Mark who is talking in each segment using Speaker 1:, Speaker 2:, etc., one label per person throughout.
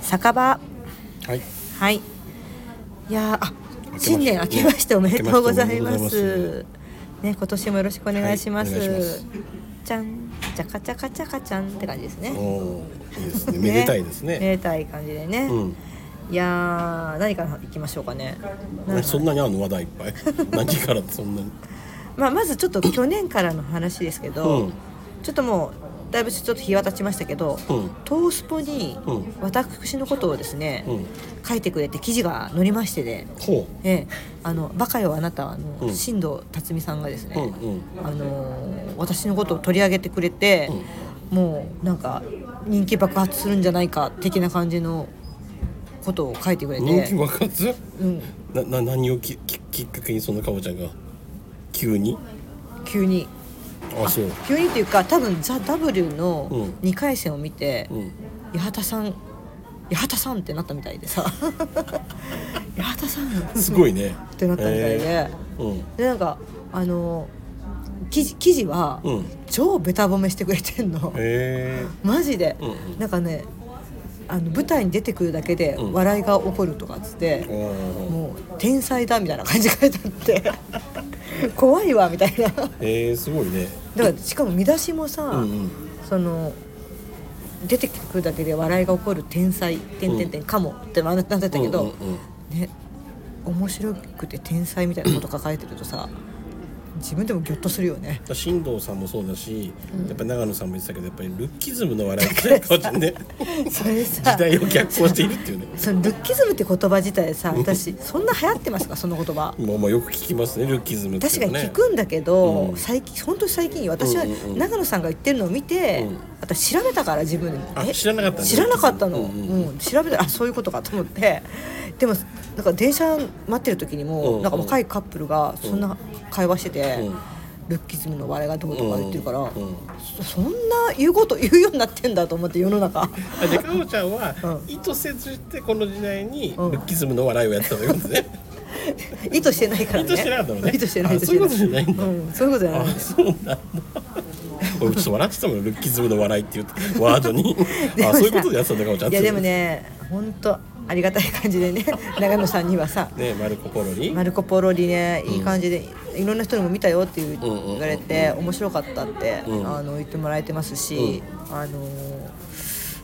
Speaker 1: 酒場
Speaker 2: はい。
Speaker 1: はいいやーあ
Speaker 2: 明けまして
Speaker 1: 新年明けましておめでとうございま
Speaker 2: 明けましておめでとうござ
Speaker 1: すね今年もよろしくお願いします,、
Speaker 2: はいお願いします
Speaker 1: じゃんじゃかちゃかちゃかちゃんって感じですね
Speaker 2: おおー、いいですね。めでたいですね。
Speaker 1: めでたい感じでね、
Speaker 2: うん。
Speaker 1: いやー何からいきましょうかねなんか
Speaker 2: そんなにあるの話題いっぱい。 何からそんなに。
Speaker 1: まあ、まずちょっと去年からの話ですけど、
Speaker 2: うん
Speaker 1: ちょっともうだいぶちょっと日は経ちましたけど、
Speaker 2: うん
Speaker 1: トースポに
Speaker 2: うん
Speaker 1: 私のことをですね、
Speaker 2: うん
Speaker 1: 書いてくれて記事が載りましてで、ね
Speaker 2: ほ
Speaker 1: ええあの「バカよあなたは」あの、
Speaker 2: うん
Speaker 1: 新藤辰巳さんがですね、
Speaker 2: うんうん
Speaker 1: あのー私のことを取り上げてくれて、もうなんか人気爆発するんじゃないか的な感じのことを書いてくれ
Speaker 2: う。人
Speaker 1: て
Speaker 2: 気。爆発？
Speaker 1: うん
Speaker 2: なな何をきききっかけにそんなかぼちゃんが急に。
Speaker 1: 急に
Speaker 2: あそう。
Speaker 1: 急にというか多分「ザ・ w の
Speaker 2: うん
Speaker 1: 2回戦を見て、
Speaker 2: うん。
Speaker 1: 八幡さん八幡さんってなったみたいで さ八幡さんっ
Speaker 2: すごいね。
Speaker 1: てなったみたいで、
Speaker 2: えー。うん。
Speaker 1: でなんかあの記事記事は、
Speaker 2: うん
Speaker 1: 超ベタ褒めしてくれてんの、
Speaker 2: え
Speaker 1: マジで、
Speaker 2: うんうん
Speaker 1: なんかねあの舞台に出てくるだけで
Speaker 2: うん
Speaker 1: 笑いが起こるとかっつって、
Speaker 2: えー。おお。
Speaker 1: もう天才だみたいな感じ書いてあって怖いわみたいなだか
Speaker 2: えー、すごいね。
Speaker 1: らしかも見出しもさ、
Speaker 2: うんうん。
Speaker 1: その出てくるだけで笑いが起こる天才「てんてんてん」かもってなってたけど、
Speaker 2: うんうんうん
Speaker 1: ね面白くて天才みたいなこと書かれてるとさ自分でもギョッとするよね
Speaker 2: 新藤さんもそうだし、やっぱり長野さんも言ってたけどやっぱりルッキズムの笑いって ねかぼちゃんね
Speaker 1: それさ
Speaker 2: 時代を逆行しているっていうね
Speaker 1: そのルッキズムって言葉自体さ私そんな流行ってますかその言葉
Speaker 2: まあまあよく聞きますねルッキズムってい
Speaker 1: 確
Speaker 2: う
Speaker 1: か
Speaker 2: の
Speaker 1: に
Speaker 2: ね
Speaker 1: 聞くんだけど、
Speaker 2: うん
Speaker 1: 最近本当に最近私は
Speaker 2: うんうんうん
Speaker 1: 長野さんが言ってるのを見て、
Speaker 2: うん
Speaker 1: 私調べたから自分で
Speaker 2: あ
Speaker 1: え
Speaker 2: 知らなかったね
Speaker 1: 知らなかったの、
Speaker 2: う
Speaker 1: うんん
Speaker 2: うん
Speaker 1: 調べたらあそういうことかと思ってでもなんか電車待ってる時にも、
Speaker 2: うんうん
Speaker 1: なんか若いカップルがそんな会話してて、
Speaker 2: うん
Speaker 1: ルッキズムの笑いがどうとか言ってるから、
Speaker 2: うんうん
Speaker 1: そそんな言うこと言うようになってんだと思って世の中
Speaker 2: あでかおちゃんは
Speaker 1: う
Speaker 2: 意図せずしてこの時代にル
Speaker 1: うん
Speaker 2: ッキズムの笑いをやってたということ ですね
Speaker 1: 意図してないからね
Speaker 2: 意図してなかったのね
Speaker 1: 意図してない
Speaker 2: あそういうことじゃないんだ
Speaker 1: うん、そういうことじゃない
Speaker 2: あそうなんだ俺ちょっと笑ってたもんルッキズムの笑いっていうワードに
Speaker 1: でも
Speaker 2: あ
Speaker 1: さ
Speaker 2: そういうことでやってたんだかおちゃん
Speaker 1: いやでもね本当ありがたい感じでね 長野さんにはさ
Speaker 2: ね丸心
Speaker 1: 「
Speaker 2: に
Speaker 1: マルコ・ポロリねいい感じで、いろんな人にも見たよ」っていう
Speaker 2: うんうんうんうん
Speaker 1: 言われて、面白かったって、
Speaker 2: うん
Speaker 1: あの言ってもらえてますし、あのー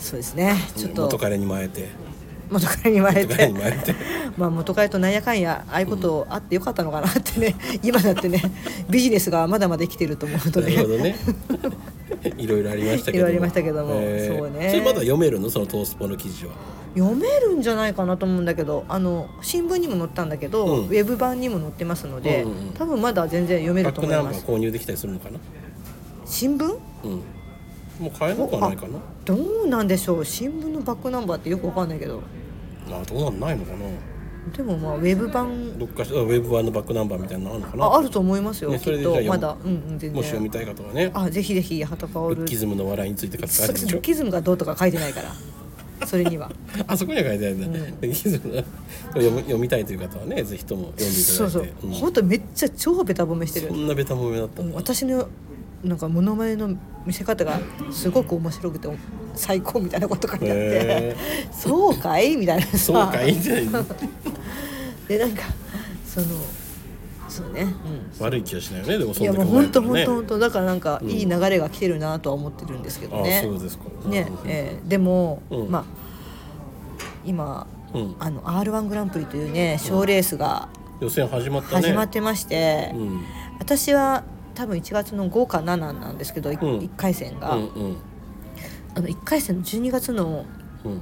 Speaker 1: そうですねちょっと
Speaker 2: 元彼にも会 えて
Speaker 1: 元彼に言われ
Speaker 2: 元彼
Speaker 1: て
Speaker 2: にも会えて
Speaker 1: まあ元彼となんやかんやああいうことあってよかったのかなってね、今だってねビジネスがまだまだ生きてると思うと
Speaker 2: なる
Speaker 1: ね
Speaker 2: ほ どねいろいろありましたけども
Speaker 1: いろいろありましたけども
Speaker 2: えー
Speaker 1: そうね
Speaker 2: それまだ読めるのそのトースポの記事は
Speaker 1: 読めるんじゃないかなと思うんだけどあの新聞にも載ったんだけど、
Speaker 2: うん
Speaker 1: ウェブ版にも載ってますので、
Speaker 2: うんうんうん
Speaker 1: 多分まだ全然読め
Speaker 2: バ
Speaker 1: る
Speaker 2: ッ
Speaker 1: と
Speaker 2: ク
Speaker 1: 思
Speaker 2: ナ
Speaker 1: い
Speaker 2: ンバ
Speaker 1: ま
Speaker 2: ー
Speaker 1: す
Speaker 2: 購入できたりするのかな
Speaker 1: 新聞
Speaker 2: うんもう買えなくはないかな
Speaker 1: どうなんでしょう新聞のバックナンバーってよくわかんないけど
Speaker 2: まあどうなんないのかな
Speaker 1: でもまあウェブ版
Speaker 2: どっかしらウェブ版のバックナンバーみたいなのあるのかな
Speaker 1: ああると思いますよ、
Speaker 2: ね
Speaker 1: き
Speaker 2: それ
Speaker 1: っ
Speaker 2: でじゃあ
Speaker 1: と
Speaker 2: 読む
Speaker 1: まだうんうん全
Speaker 2: もし読み
Speaker 1: 然
Speaker 2: たい方はね
Speaker 1: あぜひぜひ八幡薫
Speaker 2: ルッキズムの笑いについて書いてあ
Speaker 1: そ
Speaker 2: る
Speaker 1: ル
Speaker 2: でし
Speaker 1: ッ
Speaker 2: ょ
Speaker 1: キズムがどうとか書いてないからそれ には
Speaker 2: あそこには書いてあるんだ、
Speaker 1: うん
Speaker 2: ルッキズムの読む読みたいという方はねぜひとも読んでいただいて
Speaker 1: そうそう、
Speaker 2: ん
Speaker 1: ほんとめっちゃ超ベタ褒めしてる
Speaker 2: そんなベタもめ だった
Speaker 1: うんん
Speaker 2: だ、
Speaker 1: 私のなんかモノマネの見せ方がすごく面白くて最高みたいなこと書いてあって
Speaker 2: へ
Speaker 1: 「 そうかい?」みたいなさ
Speaker 2: そうかいいんじゃない
Speaker 1: でなんかそのそうね、
Speaker 2: 悪い気はしないよねでも
Speaker 1: う
Speaker 2: そ
Speaker 1: ん、い
Speaker 2: ん
Speaker 1: や
Speaker 2: だけ
Speaker 1: もう
Speaker 2: 褒め
Speaker 1: 本
Speaker 2: られ
Speaker 1: 当
Speaker 2: たら
Speaker 1: 本
Speaker 2: ね
Speaker 1: 当本当だからなんかいい流れが来てるなとは思ってるんですけどね
Speaker 2: あ。そうですか
Speaker 1: ね
Speaker 2: うん
Speaker 1: えーでも、
Speaker 2: うん
Speaker 1: まあ今
Speaker 2: うん
Speaker 1: あの R1 グランプリというね賞レースが
Speaker 2: 予選始まったね
Speaker 1: 始まってまして、
Speaker 2: うん
Speaker 1: 私は多分1月の5か7なんですけど、い一
Speaker 2: うん
Speaker 1: 1回戦
Speaker 2: う
Speaker 1: が、
Speaker 2: んうん
Speaker 1: あの1回戦の12月の、
Speaker 2: うん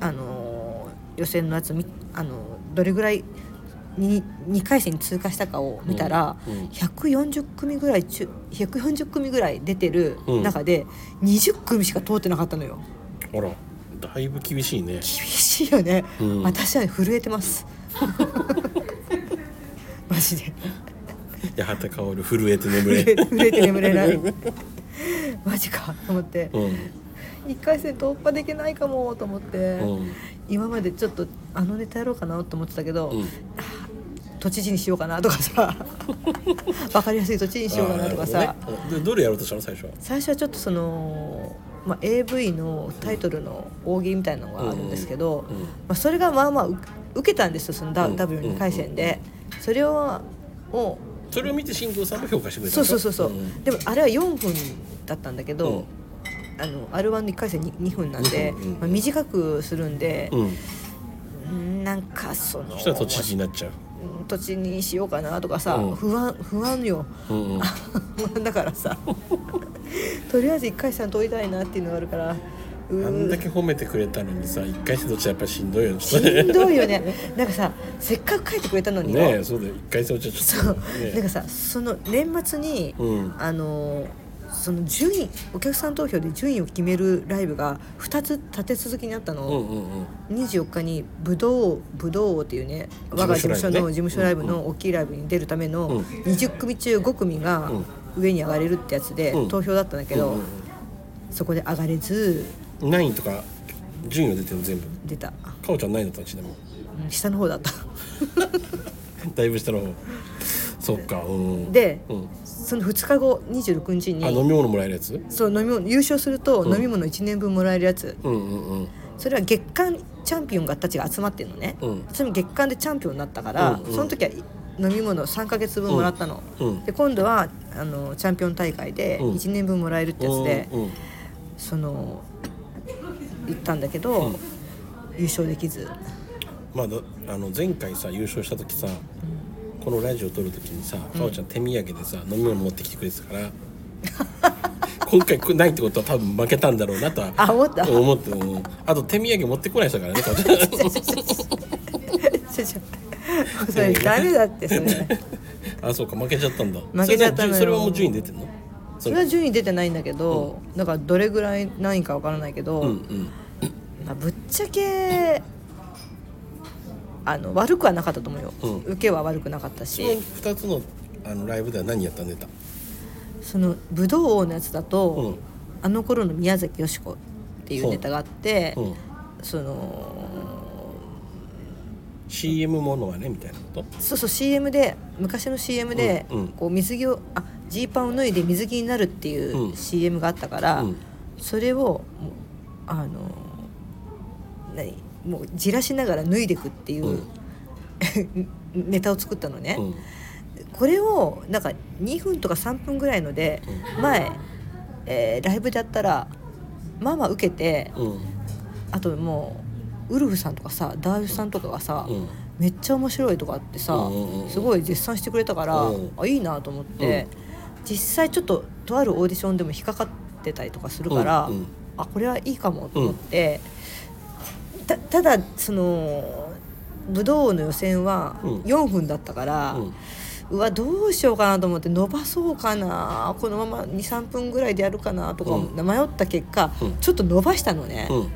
Speaker 1: あのー予選のやつみ、あのーどれぐらいに2回戦に通過したかを見たら、
Speaker 2: うんうん
Speaker 1: 140組ぐらい中140組ぐらい出てる
Speaker 2: うん
Speaker 1: 中で、20組しか通ってなかったのよ
Speaker 2: あらだいぶ厳しいね
Speaker 1: 厳しいよね、
Speaker 2: うん
Speaker 1: 私は震えてます マジで
Speaker 2: 八幡薫震えて眠
Speaker 1: 震え
Speaker 2: れ
Speaker 1: 震えて眠れないマジかと思って、
Speaker 2: う
Speaker 1: 一回戦突破できないかもと思って、
Speaker 2: んうん
Speaker 1: 今までちょっとあのネタやろうかなと思ってたけど、
Speaker 2: うん
Speaker 1: 都知事にしようかなとか さわかりやすい都知事にしようかなとかさ、
Speaker 2: あーなるほどねうんでどれやろうとしたの最初は
Speaker 1: 最初はちょっとそのまあ、AV のタイトルの大喜利みたいなのがあるんですけど、
Speaker 2: うんうん
Speaker 1: まあ、それがまあまあう受けたんですよその
Speaker 2: うん
Speaker 1: W2 回戦で。それをを
Speaker 2: それを見て新藤さんも評価してくれ
Speaker 1: そ
Speaker 2: たん
Speaker 1: う
Speaker 2: でし
Speaker 1: そ
Speaker 2: ょ
Speaker 1: うそうそう、
Speaker 2: ん
Speaker 1: でもあれは4分だったんだけど、
Speaker 2: うん
Speaker 1: あの r 1の1回戦に2分なんで
Speaker 2: 二分うん、
Speaker 1: まあ、短くするんで、
Speaker 2: うん
Speaker 1: うんなんかその
Speaker 2: そしたら土地になっちゃう
Speaker 1: 土地にしようかなとかさ、
Speaker 2: うん
Speaker 1: 不安不安よ
Speaker 2: うんうん
Speaker 1: だからさとりあえず1回戦取りたいなっていうのがあるからう
Speaker 2: あんだ
Speaker 1: ー
Speaker 2: け褒めてくれたのにさ一回戦落ちたらやっぱしんどいよね
Speaker 1: しんどいよねなんかさせっかく書いてくれたのによ
Speaker 2: ね えそうだよ一回戦落ちちゃっ
Speaker 1: そう
Speaker 2: たねえ
Speaker 1: なんかさその年末に、
Speaker 2: うん
Speaker 1: あのその順位お客さん投票で順位を決めるライブが2つ立て続きになったの、
Speaker 2: うんうんうん
Speaker 1: 24日に武道武道王っていうね我が事務所の事務所ライブの大きいライブに出るため
Speaker 2: うん
Speaker 1: の20組中5組が上に上がれるってやつで
Speaker 2: うん
Speaker 1: 投票だったんだけ
Speaker 2: うん
Speaker 1: ど
Speaker 2: うん
Speaker 1: そこで上がれず
Speaker 2: うんナインとか順位が出てるの全部
Speaker 1: 出た
Speaker 2: かおちゃんナインだったのちなみに
Speaker 1: うん下の方だった
Speaker 2: だいぶ下の方そっかうん
Speaker 1: で
Speaker 2: うん
Speaker 1: その2日後26日
Speaker 2: あ飲
Speaker 1: に
Speaker 2: み物もらえるやつ
Speaker 1: そう飲み物優勝すると
Speaker 2: ん
Speaker 1: 飲み物1年分もらえるやつ
Speaker 2: うんうんうん
Speaker 1: それは月間チャンピオンがたちが集まってるのね
Speaker 2: うん
Speaker 1: 私も月間でチャンピオンになったから
Speaker 2: うんうん
Speaker 1: その時は飲み物3ヶ月分もらったの。
Speaker 2: うん
Speaker 1: で今度はあのチャンピオン大会で
Speaker 2: うん
Speaker 1: 1年分もらえるってやつで、
Speaker 2: うんうん
Speaker 1: その行ったんだけど、優勝できず
Speaker 2: まあだあの前回さ優勝した時さこのラジオ撮る時にさかおちゃん手土産でさ飲み物持ってきてくれてたから 今回来ないってことは多分負けたんだろうなとは
Speaker 1: あ思った
Speaker 2: 思ってうんあと手土産持ってこない人だからねかおちゃん
Speaker 1: ちょちょそれダメだって それ
Speaker 2: あそうか負けちゃったんだ
Speaker 1: 負けちゃったのよ
Speaker 2: それはもう順位出てんの
Speaker 1: それは順位出てないんだけど、だからどれぐらい何位かわからないけど、
Speaker 2: うんうん
Speaker 1: まあ、ぶっちゃけあの悪くはなかったと思うよ、
Speaker 2: うん
Speaker 1: 受けは悪くなかったし、
Speaker 2: その2つのあのライブでは何やったネタ
Speaker 1: その武道王のやつだと、
Speaker 2: う
Speaker 1: あの頃の宮崎美子っていうネタがあって、
Speaker 2: んうん
Speaker 1: その
Speaker 2: CM ものはねみたいなこと
Speaker 1: そうそう CM で昔の CM で、
Speaker 2: うんうん
Speaker 1: こう水着をあジーパンを脱いで水着になるっていううん CM があったから、
Speaker 2: うん
Speaker 1: それをもうあの何もうじらしながら脱いでくっていう、 ネタを作ったのね、
Speaker 2: うん
Speaker 1: これをなんか2分とか3分ぐらいので、前、えーライブでやったらまあまあ受けて
Speaker 2: うん
Speaker 1: あともうウルフさんとかさダールさんとかがさ、
Speaker 2: うん
Speaker 1: めっちゃ面白いとかってさ、
Speaker 2: うんうんうん
Speaker 1: すごい絶賛してくれたから、
Speaker 2: うん
Speaker 1: あいいなと思って、実際ちょっととあるオーディションでも引っかかってたりとかするから、
Speaker 2: うんうん
Speaker 1: あこれはいいかもと思って、たただその武道王の予選は
Speaker 2: うん
Speaker 1: 4分だったから。
Speaker 2: うん
Speaker 1: うわどうしようかなと思って伸ばそうかなこのまま23分ぐらいでやるかなとか
Speaker 2: う
Speaker 1: 迷った結果、
Speaker 2: うん
Speaker 1: ちょっと伸ばしたのね、
Speaker 2: うん
Speaker 1: ま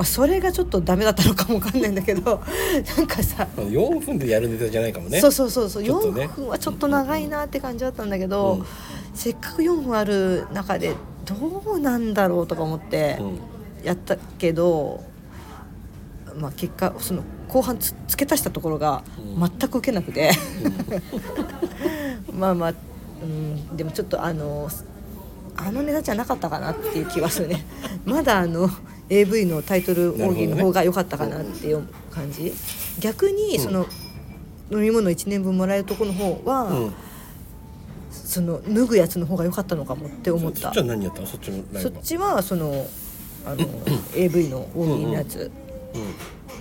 Speaker 1: あ、それがちょっとダメだったのかもわかんないんだけ どなんかさ、
Speaker 2: まあ4分でやるネタじゃないかもね
Speaker 1: そうそうそうそう、
Speaker 2: ちょっとね
Speaker 1: 4分はちょっと長いなって感じだったんだけど、
Speaker 2: うん
Speaker 1: せっかく4分ある中でどうなんだろうとか思って
Speaker 2: うん
Speaker 1: やったけど、まあ、結果その後半つ付け足したところが
Speaker 2: う
Speaker 1: 全く受けなくて、 まあまあ、うん、でもちょっとあのあのネタじゃなかったかなっていう気はす るねまだあの AV のタイトル奥義の方が良かったかなっていう感じ、逆にその、飲み物1年分もらえるとこの方は、
Speaker 2: うん
Speaker 1: その脱ぐやつの方が良かったのかもって思っ
Speaker 2: そ
Speaker 1: た
Speaker 2: っちは何やったのそっちのライ
Speaker 1: そっ
Speaker 2: ブは
Speaker 1: ちはそのあの AV の大喜利のやつ、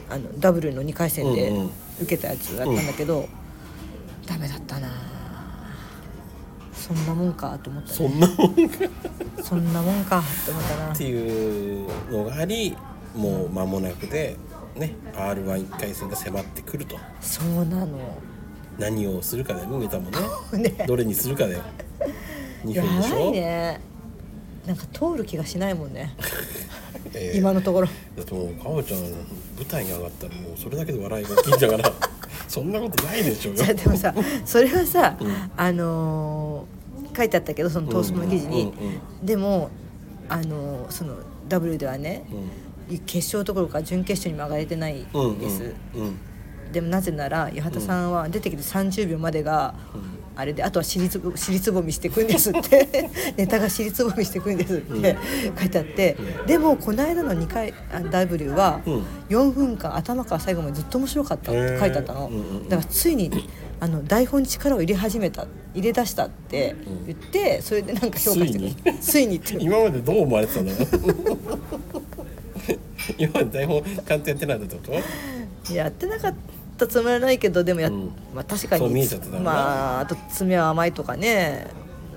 Speaker 1: あのダブルの2回戦で
Speaker 2: うんうん
Speaker 1: 受けたやつだったんだけど、ダメだったなそんなもんかと思った、
Speaker 2: そ
Speaker 1: ね、
Speaker 2: んなもんか
Speaker 1: そんなもんかと思ったな
Speaker 2: っていうのがありもう間もなくでね r 1 1回戦が迫ってくると
Speaker 1: そうなの
Speaker 2: 何をするかだよねネ タもね
Speaker 1: ね
Speaker 2: どれにするかだよ2
Speaker 1: や
Speaker 2: 分でし
Speaker 1: ばい
Speaker 2: ょ、
Speaker 1: ねなんか通る気がしないもんね
Speaker 2: えー
Speaker 1: 今のところ
Speaker 2: だってもうかおちゃん舞台に上がったらもうそれだけで笑いが起きんだから そんなことないでしょう
Speaker 1: じ
Speaker 2: よ
Speaker 1: ゃあでも さそれはさ、
Speaker 2: うん
Speaker 1: あのー書いてあったけどそのトースポの記事に、
Speaker 2: うんうん
Speaker 1: でもあのーその W ではね、決勝どころか準決勝にも上がれてないです、
Speaker 2: うんうんうんうん
Speaker 1: でもなぜなら八幡さんは出てきて30秒までが、あれであとは尻つぼ尻つぼみしてくんですって ネタが尻つぼみしてくんですって書いてあって、でもこの間の2回あ W は
Speaker 2: うん
Speaker 1: 4分間頭から最後までずっと面白かったって書いてあったの、
Speaker 2: へーうんうんうん
Speaker 1: だからついにあの台本に力を入れ始めた入れ出したって言ってそれでなんか評価してくれた ついにって
Speaker 2: 今までどう思われてたの 今まで台本ちゃんとやってないってこと
Speaker 1: やってなかったつもりはないけどでもや、
Speaker 2: うん
Speaker 1: まあ確か
Speaker 2: そう見え
Speaker 1: に
Speaker 2: ちゃってたのね
Speaker 1: まああと爪は甘いとかね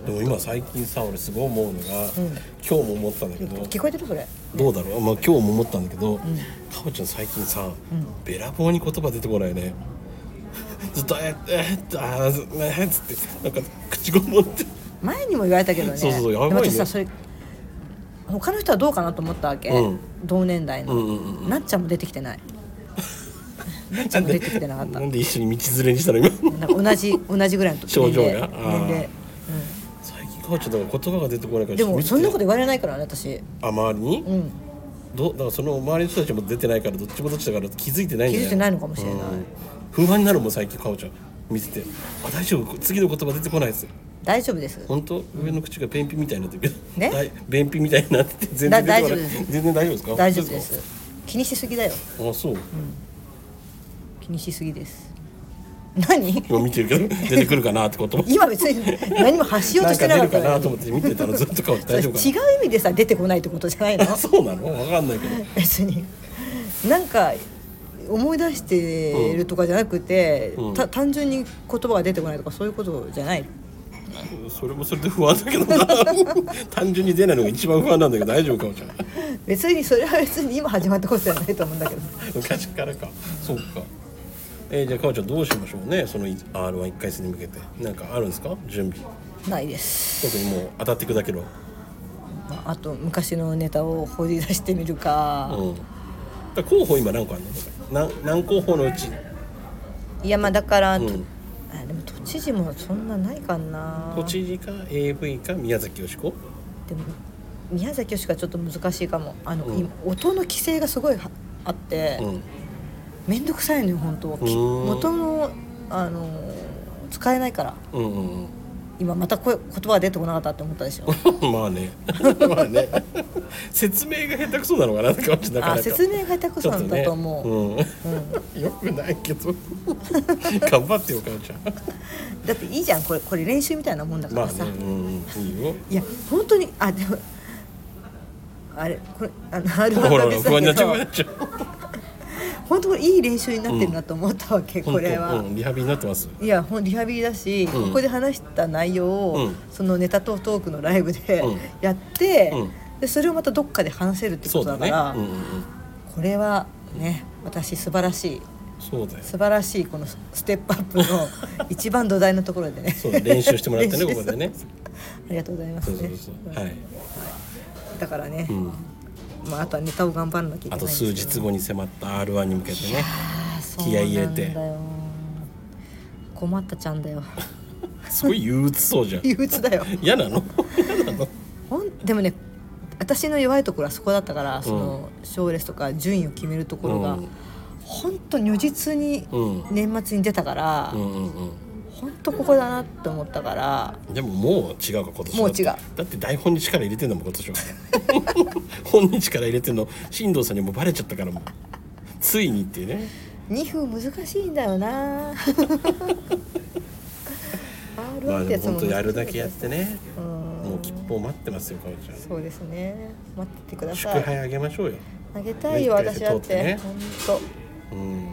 Speaker 2: でも今最近さ俺すごい思うのが、今日も思ったんだけど
Speaker 1: 聞こえてるそれ
Speaker 2: どうだろう、まあ、今日も思ったんだけど、かおちゃん最近さ、べらぼうに言葉出てこないね ずっと「えええっとあーずえっ」つってなんか口ごもって
Speaker 1: 前にも言われたけどね
Speaker 2: そうそうそうやばいね
Speaker 1: でも私さそれ他の人はどうかなと思ったわけ、
Speaker 2: うん
Speaker 1: 同年代の、
Speaker 2: うんうんうん
Speaker 1: なっちゃんも出てきてない
Speaker 2: な
Speaker 1: ちゃん
Speaker 2: ん
Speaker 1: と
Speaker 2: で
Speaker 1: 出てきてなかった
Speaker 2: なんで一緒に道連れにしたの今
Speaker 1: なんか同 じ同じぐらいの時
Speaker 2: 症状が
Speaker 1: 年齢
Speaker 2: あー
Speaker 1: 年齢
Speaker 2: 最近かおちゃんだから言葉が出てこないか
Speaker 1: うん
Speaker 2: ら
Speaker 1: でもそんなこと
Speaker 2: と
Speaker 1: 言われないからね私
Speaker 2: あ周りに、
Speaker 1: うん
Speaker 2: どうだからその周りの人たちも出てないからどっちもどっちだから気づいてないんじゃ
Speaker 1: 気
Speaker 2: ない
Speaker 1: づいてないのかもしれない
Speaker 2: うん不安になるもん最近かおちゃん見てて「あ大丈夫次の言葉出てこないです」
Speaker 1: 大丈夫です
Speaker 2: 本当上の口が便秘みたいになってるけ
Speaker 1: ね
Speaker 2: ど、はい便秘みたいになってて全然
Speaker 1: だ
Speaker 2: 出てこ
Speaker 1: 大丈
Speaker 2: ない
Speaker 1: 夫です
Speaker 2: 全然大丈夫ですか
Speaker 1: 大丈夫で
Speaker 2: 本
Speaker 1: す気にしすぎだよ
Speaker 2: 当ですかあそう、
Speaker 1: 気にしすぎです何
Speaker 2: 今見てるけど出てくるかなってことも
Speaker 1: 今別に何も発しようと
Speaker 2: なん
Speaker 1: して
Speaker 2: か
Speaker 1: なか
Speaker 2: 出
Speaker 1: っ
Speaker 2: るか
Speaker 1: たの
Speaker 2: な
Speaker 1: よ
Speaker 2: と思って見てたらずっと顔
Speaker 1: それ
Speaker 2: 大
Speaker 1: 違
Speaker 2: 丈
Speaker 1: う
Speaker 2: 夫か
Speaker 1: 意味でさ出てこないってことじゃないの
Speaker 2: なそうなのわかんないけど
Speaker 1: 別になんか思い出してるとかじゃなくて、
Speaker 2: うん
Speaker 1: た単純に言葉が出てこないとかそういうことじゃない
Speaker 2: それもそれで不安だけどな単純に出ないのが一番不安なんだけど大丈夫かおちゃん
Speaker 1: 別にそれは別に今始まったことじゃないと思うんだけど
Speaker 2: 昔からかそうかえー、じゃあかおちゃんどうしましょうねその r 1 1回戦に向けてなんかあるんですか準備
Speaker 1: ないです、
Speaker 2: 特にもう当たっていくだけの
Speaker 1: まあ、あと昔のネタを掘り出してみるか、
Speaker 2: うんだから候補今何個あるのなん何候補のうち
Speaker 1: いやまあだから、と
Speaker 2: うん
Speaker 1: あでも都知事もそんなないかな
Speaker 2: 都知事か AV か宮崎美子
Speaker 1: でも宮崎よしかちょっと難しいかもあの、
Speaker 2: うん
Speaker 1: 今音の規制がすごいはあって、
Speaker 2: うん
Speaker 1: めんどくさいのよ本当き
Speaker 2: うん
Speaker 1: 元のあのー使えないから
Speaker 2: うんうん
Speaker 1: 今また声言葉が出てこなかったって思ったでしょ
Speaker 2: うん ま あねまあね 説明が下手くそなのかなって感じだから
Speaker 1: あ説明が下手くそなんだと思う
Speaker 2: うん、 よくないけど頑張ってよかおちゃん
Speaker 1: だっていいじゃんこれこれ練習みたいなもんだか
Speaker 2: まあ
Speaker 1: らさ、
Speaker 2: ねうんうんいいよ
Speaker 1: いや本当にあでもあれこれあのあれ
Speaker 2: ほら不安に
Speaker 1: だ
Speaker 2: なっち
Speaker 1: け
Speaker 2: ゃう不安
Speaker 1: ど
Speaker 2: になっちゃう
Speaker 1: 本当これいい練習になってるなと思ったわけ、これは。
Speaker 2: 本当うん、リハビリになってます
Speaker 1: いやほんリハビリだし、
Speaker 2: うん
Speaker 1: ここで話した内容を、
Speaker 2: うん
Speaker 1: そのネタとトークのライブで
Speaker 2: うん
Speaker 1: やって、
Speaker 2: うん
Speaker 1: でそれをまたどっかで話せるってこ
Speaker 2: そ
Speaker 1: と
Speaker 2: うだ
Speaker 1: だか
Speaker 2: ね
Speaker 1: ら
Speaker 2: うんうんうん
Speaker 1: これはね私素晴らしい
Speaker 2: そうだよ
Speaker 1: 素晴らしいこのスステップアッ プの一番土台のところでね
Speaker 2: そう 練習してもらって ね
Speaker 1: 練
Speaker 2: こ
Speaker 1: 習
Speaker 2: こでね
Speaker 1: ありがとうございます
Speaker 2: そう
Speaker 1: ね
Speaker 2: そうそう はい、
Speaker 1: だからね、
Speaker 2: うん、
Speaker 1: まあ、あとはネタを頑張らなきゃいけな
Speaker 2: あ
Speaker 1: い
Speaker 2: と
Speaker 1: んです
Speaker 2: 数
Speaker 1: けど
Speaker 2: 日後に迫った r 1に向けてね
Speaker 1: あーそう
Speaker 2: 気合い入れて
Speaker 1: なんだよ困ったちゃんだよ
Speaker 2: すごい憂鬱そうじゃん
Speaker 1: 憂鬱だよ
Speaker 2: 嫌なの嫌なの
Speaker 1: ほんでもね私の弱いところはそこだったから、その賞レースとか順位を決めるところが、
Speaker 2: うん
Speaker 1: 本当如実に
Speaker 2: うん
Speaker 1: 年末に出たから、
Speaker 2: うんうん
Speaker 1: 本当ここだなって思ったから
Speaker 2: うんでももう違うか今年
Speaker 1: もう違う
Speaker 2: だってだって台本に力入れてんだもん今年は 本に力入れてんの進藤さんにもバレちゃったからもうついにっていうね
Speaker 1: 2分難しいんだよ な R1
Speaker 2: まあでも本当やる
Speaker 1: 難し
Speaker 2: だ
Speaker 1: い
Speaker 2: けやってね
Speaker 1: うん
Speaker 2: もう切符を待ってますよかおちゃん
Speaker 1: そうですね待っててくだ
Speaker 2: 祝
Speaker 1: さい
Speaker 2: 杯あげましょうよ
Speaker 1: あげたいよ
Speaker 2: ね一
Speaker 1: 私だ
Speaker 2: 回
Speaker 1: っ
Speaker 2: 通って
Speaker 1: て
Speaker 2: ね
Speaker 1: 本当
Speaker 2: うん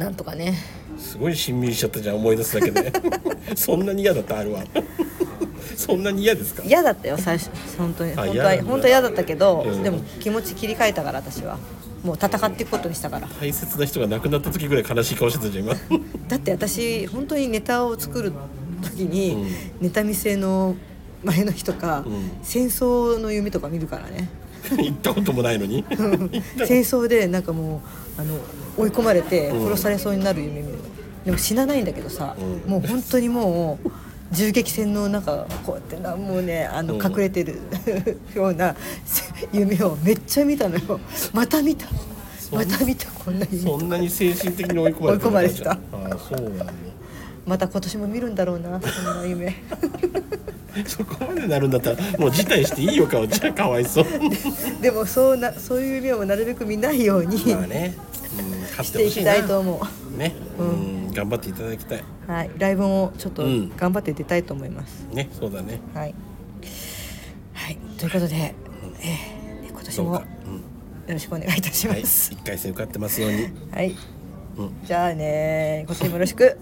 Speaker 1: なんとかね
Speaker 2: すごいしんみりしちゃったじゃん思い出すだ けでそんなに嫌だった r 1そんなに嫌ですか
Speaker 1: 嫌だったよ最初本当に本当
Speaker 2: 嫌なん
Speaker 1: は
Speaker 2: だ
Speaker 1: 本当は嫌だったけど、
Speaker 2: うん
Speaker 1: でも気持ち切り替えたから私はもう戦っていくことにしたから
Speaker 2: 大切な人が亡くなった時ぐらい悲しい顔してたじゃん今
Speaker 1: だって私本当にネタを作る時に、ネタ見せの前の日とか、
Speaker 2: ん
Speaker 1: 戦争の夢とか見るからね
Speaker 2: 行ったこともないのに
Speaker 1: 戦争でなんかもうあの追い込まれて殺されそうになる夢見るの、でも死なないんだけどさ、
Speaker 2: う
Speaker 1: もう本当にもう銃撃戦の中こうやってなもうねあの
Speaker 2: うん
Speaker 1: 隠れてる ような夢をめっちゃ見たのよまた見たまた見たこんな夢
Speaker 2: そんなに精神的に追い込まれて
Speaker 1: 追い込まれてた
Speaker 2: ああそうなんだ
Speaker 1: また今年も見るんだろうなそんな夢
Speaker 2: そこまでなるんだったらもう辞退していいよかおちゃんかわいそう
Speaker 1: でもそうなそういう夢をなるべく見ないように
Speaker 2: まあね、うん、勝っ
Speaker 1: してて
Speaker 2: ほ
Speaker 1: い
Speaker 2: しい
Speaker 1: き
Speaker 2: な
Speaker 1: たいと思
Speaker 2: ね、うん、頑張っていただきたいう
Speaker 1: はいライブもちょっと
Speaker 2: うん
Speaker 1: 頑張って出たいと思います、
Speaker 2: ねそうだね
Speaker 1: はい、はい、ということで、えー今年
Speaker 2: どう
Speaker 1: もよ
Speaker 2: か、う
Speaker 1: ろしくお願いいたし
Speaker 2: ん、はい
Speaker 1: ます
Speaker 2: 一回戦受かってますように
Speaker 1: はい、
Speaker 2: うん
Speaker 1: じゃあね今年もよろしく